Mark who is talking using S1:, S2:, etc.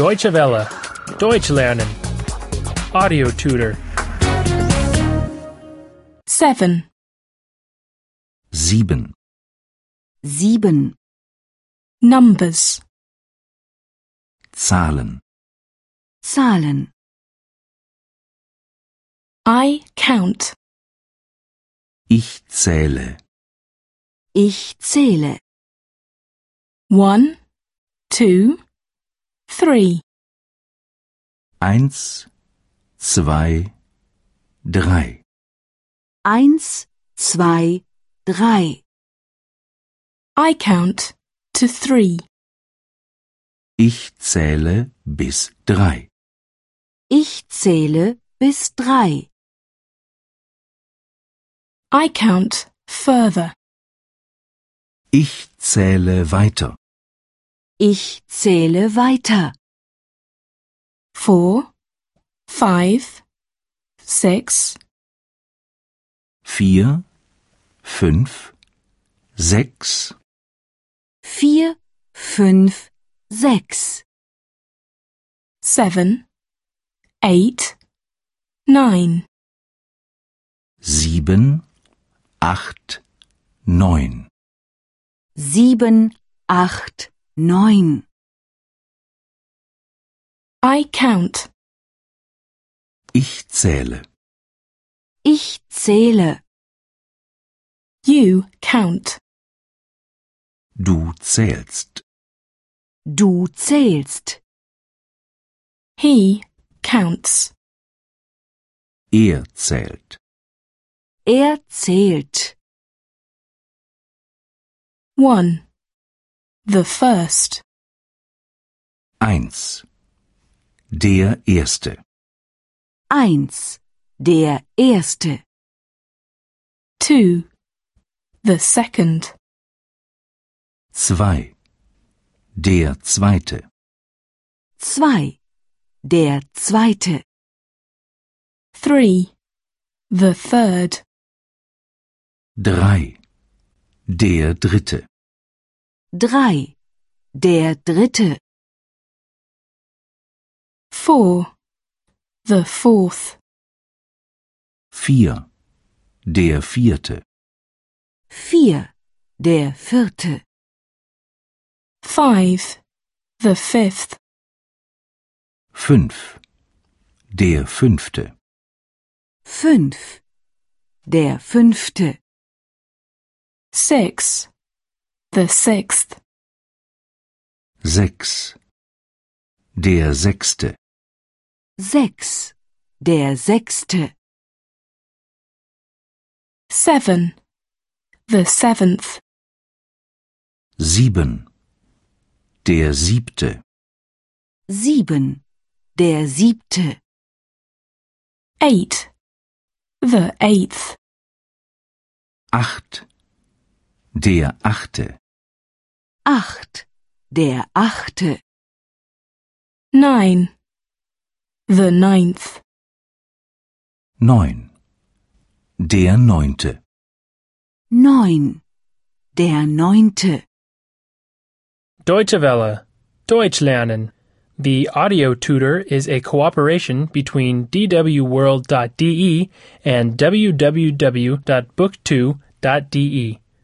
S1: Deutsche Welle. Deutsch lernen. Audio tutor.
S2: 7.
S3: 7.
S4: Sieben.
S2: Numbers.
S3: Zahlen.
S4: Zahlen.
S2: I count.
S3: Ich zähle.
S4: Ich zähle.
S2: 1, 2, 3,
S3: Eins, zwei, drei.
S4: Eins, zwei, drei.
S2: I count to 3.
S3: Ich zähle bis drei.
S4: Ich zähle bis drei.
S2: I count further.
S3: Ich zähle weiter.
S4: Ich zähle weiter.
S2: 4, 5, 6,
S3: Vier, fünf, sechs,
S4: Vier, fünf, sechs,
S2: 7, 8, 9,
S3: sieben, acht, neun.
S4: sieben, acht, neun.
S2: I count.
S3: Ich zähle.
S4: Ich zähle.
S2: You count.
S3: Du zählst.
S4: Du zählst.
S2: He counts.
S3: Er zählt.
S4: Er zählt.
S2: 1. The first.
S3: Eins. Der Erste.
S4: Eins. Der erste.
S2: 2. The second.
S3: Zwei. Der Zweite.
S4: Zwei. Der zweite.
S2: 3. The third.
S3: 3. Der dritte.
S4: Drei. Der dritte.
S2: 4. The fourth.
S3: 4. Der vierte.
S4: Vier. Der vierte.
S2: 5. The fifth.
S3: 5. Der fünfte.
S4: Fünf. Der fünfte.
S2: 6. The sixth.
S3: 6. Der sechste.
S4: Sechs. Der sechste.
S2: 7. The seventh.
S3: 7. Der siebte.
S4: Sieben. Der siebte.
S2: 8. The eighth.
S3: 8. Der achte.
S4: Acht. Der achte.
S2: 9. The ninth.
S3: 9. Der neunte.
S4: Neun. Der neunte.
S1: Deutsche Welle. Deutsch lernen. The audio tutor is a cooperation between E dwworld.de and www.book2.de.